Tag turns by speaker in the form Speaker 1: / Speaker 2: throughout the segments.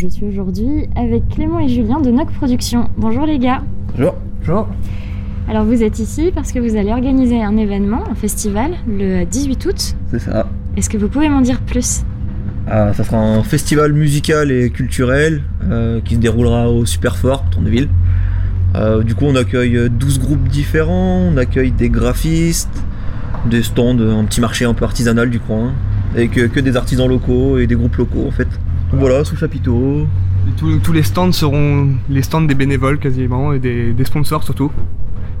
Speaker 1: Je suis aujourd'hui avec Clément et Julien de NOC Productions. Bonjour les gars.
Speaker 2: Bonjour.
Speaker 3: Bonjour.
Speaker 1: Alors vous êtes ici parce que vous allez organiser un événement, un festival, le 18 août.
Speaker 2: C'est ça.
Speaker 1: Est-ce que vous pouvez m'en dire plus
Speaker 2: Ah, ça sera un festival musical et culturel euh, qui se déroulera au Superfort, Tourneville. Euh, du coup, on accueille 12 groupes différents, on accueille des graphistes, des stands, un petit marché un peu artisanal du coin, avec euh, que des artisans locaux et des groupes locaux en fait. Donc Voilà, sous chapiteau.
Speaker 3: Et tous- tous les stands seront les stands des bénévoles quasiment et des, des sponsors surtout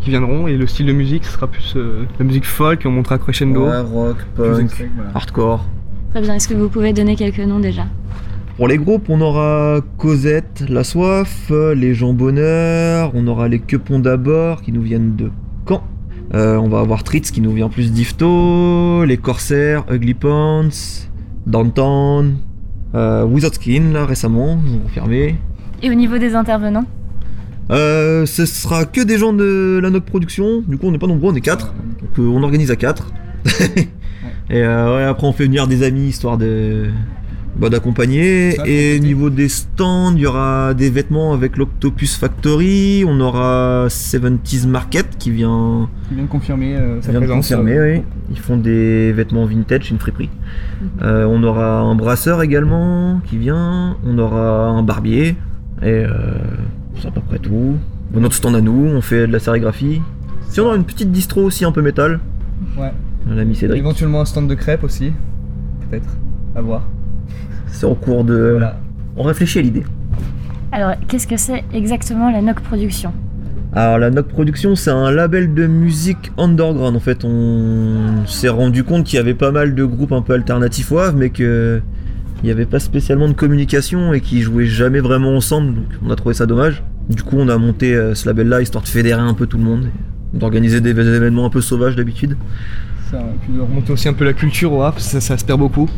Speaker 3: qui viendront et le style de musique ce sera plus euh, la musique folk on montera crescendo.
Speaker 2: Ouais, rock, punk, hardcore.
Speaker 1: Très bien, est-ce que vous pouvez donner quelques noms déjà
Speaker 2: Pour les groupes, on aura Cosette, La Soif, euh, Les Gens Bonheur, on aura les Quepons d'abord qui nous viennent de Caen. Euh, on va avoir Tritz qui nous vient plus d'Ifto, les Corsaires, Ugly Pants, Downtown, euh, Wizard Skin là récemment, ils ont fermé.
Speaker 1: Et au niveau des intervenants
Speaker 2: Euh, ce sera que des gens de la note production, du coup on n'est pas nombreux, on est quatre, donc euh, on organise à quatre. Et euh, ouais, après on fait venir des amis histoire de bah, d'accompagner.
Speaker 4: Ça,
Speaker 2: Et niveau des stands, il y aura des vêtements avec l'Octopus Factory, on aura 70s Market qui vient,
Speaker 4: Il vient de confirmer euh, sa
Speaker 2: vient de
Speaker 4: présence.
Speaker 2: confirmer, oui. Ils font des vêtements vintage chez une friperie. Euh, on aura un brasseur également qui vient, on aura un barbier, et euh, c'est à peu près tout. Bon, notre stand à nous, on fait de la sérigraphie. Si on a une petite distro aussi un peu métal,
Speaker 4: Ouais.
Speaker 2: on a mis
Speaker 3: euh,
Speaker 2: Cédric.
Speaker 4: Éventuellement un stand de crêpes aussi, peut-être, à voir.
Speaker 2: C'est en cours de.
Speaker 4: Voilà.
Speaker 2: On réfléchit à l'idée.
Speaker 1: Alors qu'est-ce que c'est exactement la NOC Production
Speaker 2: Alors la NOC Production c'est un label de musique underground en fait on s'est rendu compte qu'il y avait pas mal de groupes un peu alternatifs au Havre mais que il n'y avait pas spécialement de communication et qu'ils jouaient jamais vraiment ensemble donc on a trouvé ça dommage. Du coup on a monté euh, ce label là histoire de fédérer un peu tout le monde, et d'organiser des événements un peu sauvages d'habitude.
Speaker 4: Ça, et puis de remonter.
Speaker 3: Remonter aussi un peu la culture au rap ça, ça se perd beaucoup.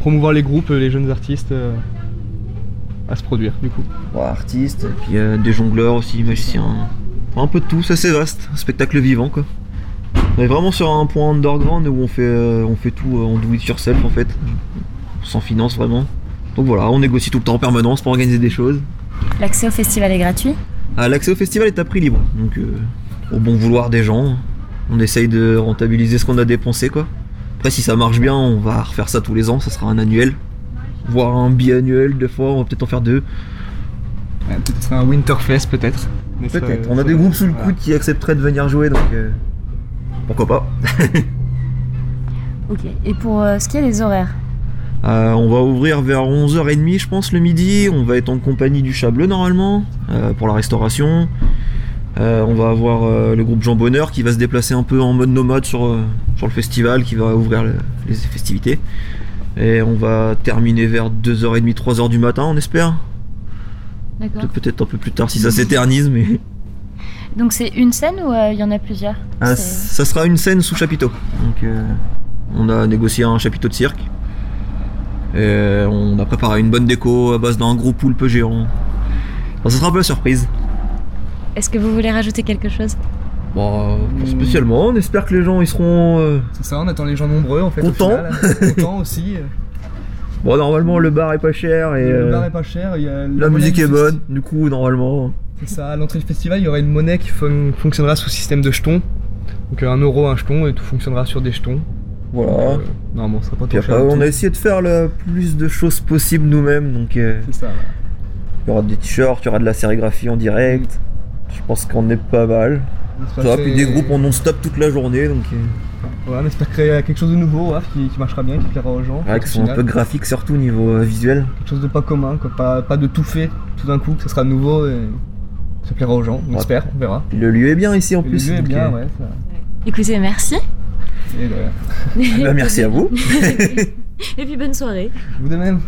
Speaker 3: Promouvoir les groupes les jeunes artistes euh, à se produire du coup.
Speaker 2: Voilà, artistes, et puis euh, des jongleurs aussi, magiciens, Enfin, un peu de tout, ça c'est vaste, un spectacle vivant quoi. On est vraiment sur un point underground où on fait, euh, on fait tout euh, en do it yourself en fait, sans finance vraiment. Donc voilà, on négocie tout le temps en permanence pour organiser des choses.
Speaker 1: L'accès au festival est gratuit
Speaker 2: Ah, L'accès au festival est à prix libre, donc euh, au bon vouloir des gens, on essaye de rentabiliser ce qu'on a dépensé quoi. Après si ça marche bien, on va refaire ça tous les ans, ça sera un annuel, voire un biannuel deux fois, on va peut-être en faire deux.
Speaker 4: Ouais, peut-être
Speaker 3: Un Winterfest peut-être. Mais ça,
Speaker 2: Peut-être.
Speaker 3: euh,
Speaker 2: On a
Speaker 3: ça-
Speaker 2: des groupes sous le
Speaker 3: voilà.
Speaker 2: coude qui accepteraient de venir jouer, donc euh, pourquoi pas.
Speaker 1: Ok. Et pour euh, ce qui est des horaires
Speaker 2: Euh, on va ouvrir vers 11h30, je pense, le midi. On va être en compagnie du Chat Bleu, normalement, euh, pour la restauration. Euh, on va avoir euh, le groupe Jean Bonheur qui va se déplacer un peu en mode nomade sur, euh, sur le festival, qui va ouvrir le- les festivités. Et on va terminer vers 2h30, 3h du matin, on espère.
Speaker 1: D'accord.
Speaker 2: Peut- Peut-être un peu plus tard si ça s'éternise, mais.
Speaker 1: Donc c'est une scène ou euh, il y en a plusieurs
Speaker 2: Ah,
Speaker 1: C'est-
Speaker 2: ça sera une scène sous chapiteau. Donc, euh, on a négocié un chapiteau de cirque. Et euh, on a préparé une bonne déco à base d'un gros poulpe géant. Enfin, ça sera un peu la surprise.
Speaker 1: Est-ce que vous voulez rajouter quelque chose
Speaker 2: Bon, euh, pas spécialement, on espère que les gens ils seront. euh,
Speaker 4: C'est ça, on attend les gens nombreux en fait. au
Speaker 2: Content.
Speaker 4: final. Content aussi.
Speaker 3: euh,
Speaker 2: Bon, normalement le bar est pas cher et
Speaker 4: le
Speaker 2: euh,
Speaker 4: bar est pas cher. il y a le
Speaker 2: la
Speaker 4: monnaie
Speaker 2: musique
Speaker 4: du
Speaker 2: est
Speaker 4: festi-
Speaker 2: bonne. Du coup, normalement.
Speaker 4: C'est ça, à l'entrée du festival, il y aura une
Speaker 3: une monnaie qui fon- fonctionnera sous système de jetons. Donc euh, un euro, un jeton, et tout fonctionnera sur des jetons.
Speaker 2: Voilà.
Speaker 3: Euh, normalement, ça sera pas
Speaker 2: Ah. Puis
Speaker 3: trop
Speaker 2: après,
Speaker 3: cher.
Speaker 2: on a essayé de faire le plus de choses possibles nous-mêmes. Donc, euh,
Speaker 4: C'est ça, voilà.
Speaker 2: il y aura des t-shirts, il y aura de la sérigraphie en direct. Je pense qu'on est pas mal.
Speaker 4: On espère
Speaker 2: Ça,
Speaker 4: que
Speaker 2: puis
Speaker 4: c'est-
Speaker 2: des groupes en non-stop toute la journée. Donc, euh,
Speaker 4: Voilà, on espère créer quelque chose de nouveau, Raph, qui, qui marchera bien, qui plaira aux gens.
Speaker 2: Ouais,
Speaker 4: au
Speaker 2: qui sont un
Speaker 4: final.
Speaker 2: peu graphiques surtout niveau euh, visuel.
Speaker 4: Quelque chose de pas commun, quoi. Pas, pas de tout fait tout d'un coup, que ça sera nouveau et ça plaira aux gens, on
Speaker 2: Ouais.
Speaker 4: espère, on verra.
Speaker 2: Puis Le lieu est bien ici en
Speaker 4: Et le
Speaker 2: plus.
Speaker 4: lieu est
Speaker 2: donc,
Speaker 4: bien,
Speaker 2: euh,
Speaker 4: ouais. ça-
Speaker 1: Écoutez, merci.
Speaker 4: et, euh,
Speaker 2: bah, merci à vous.
Speaker 1: Et puis bonne soirée.
Speaker 4: vous de même.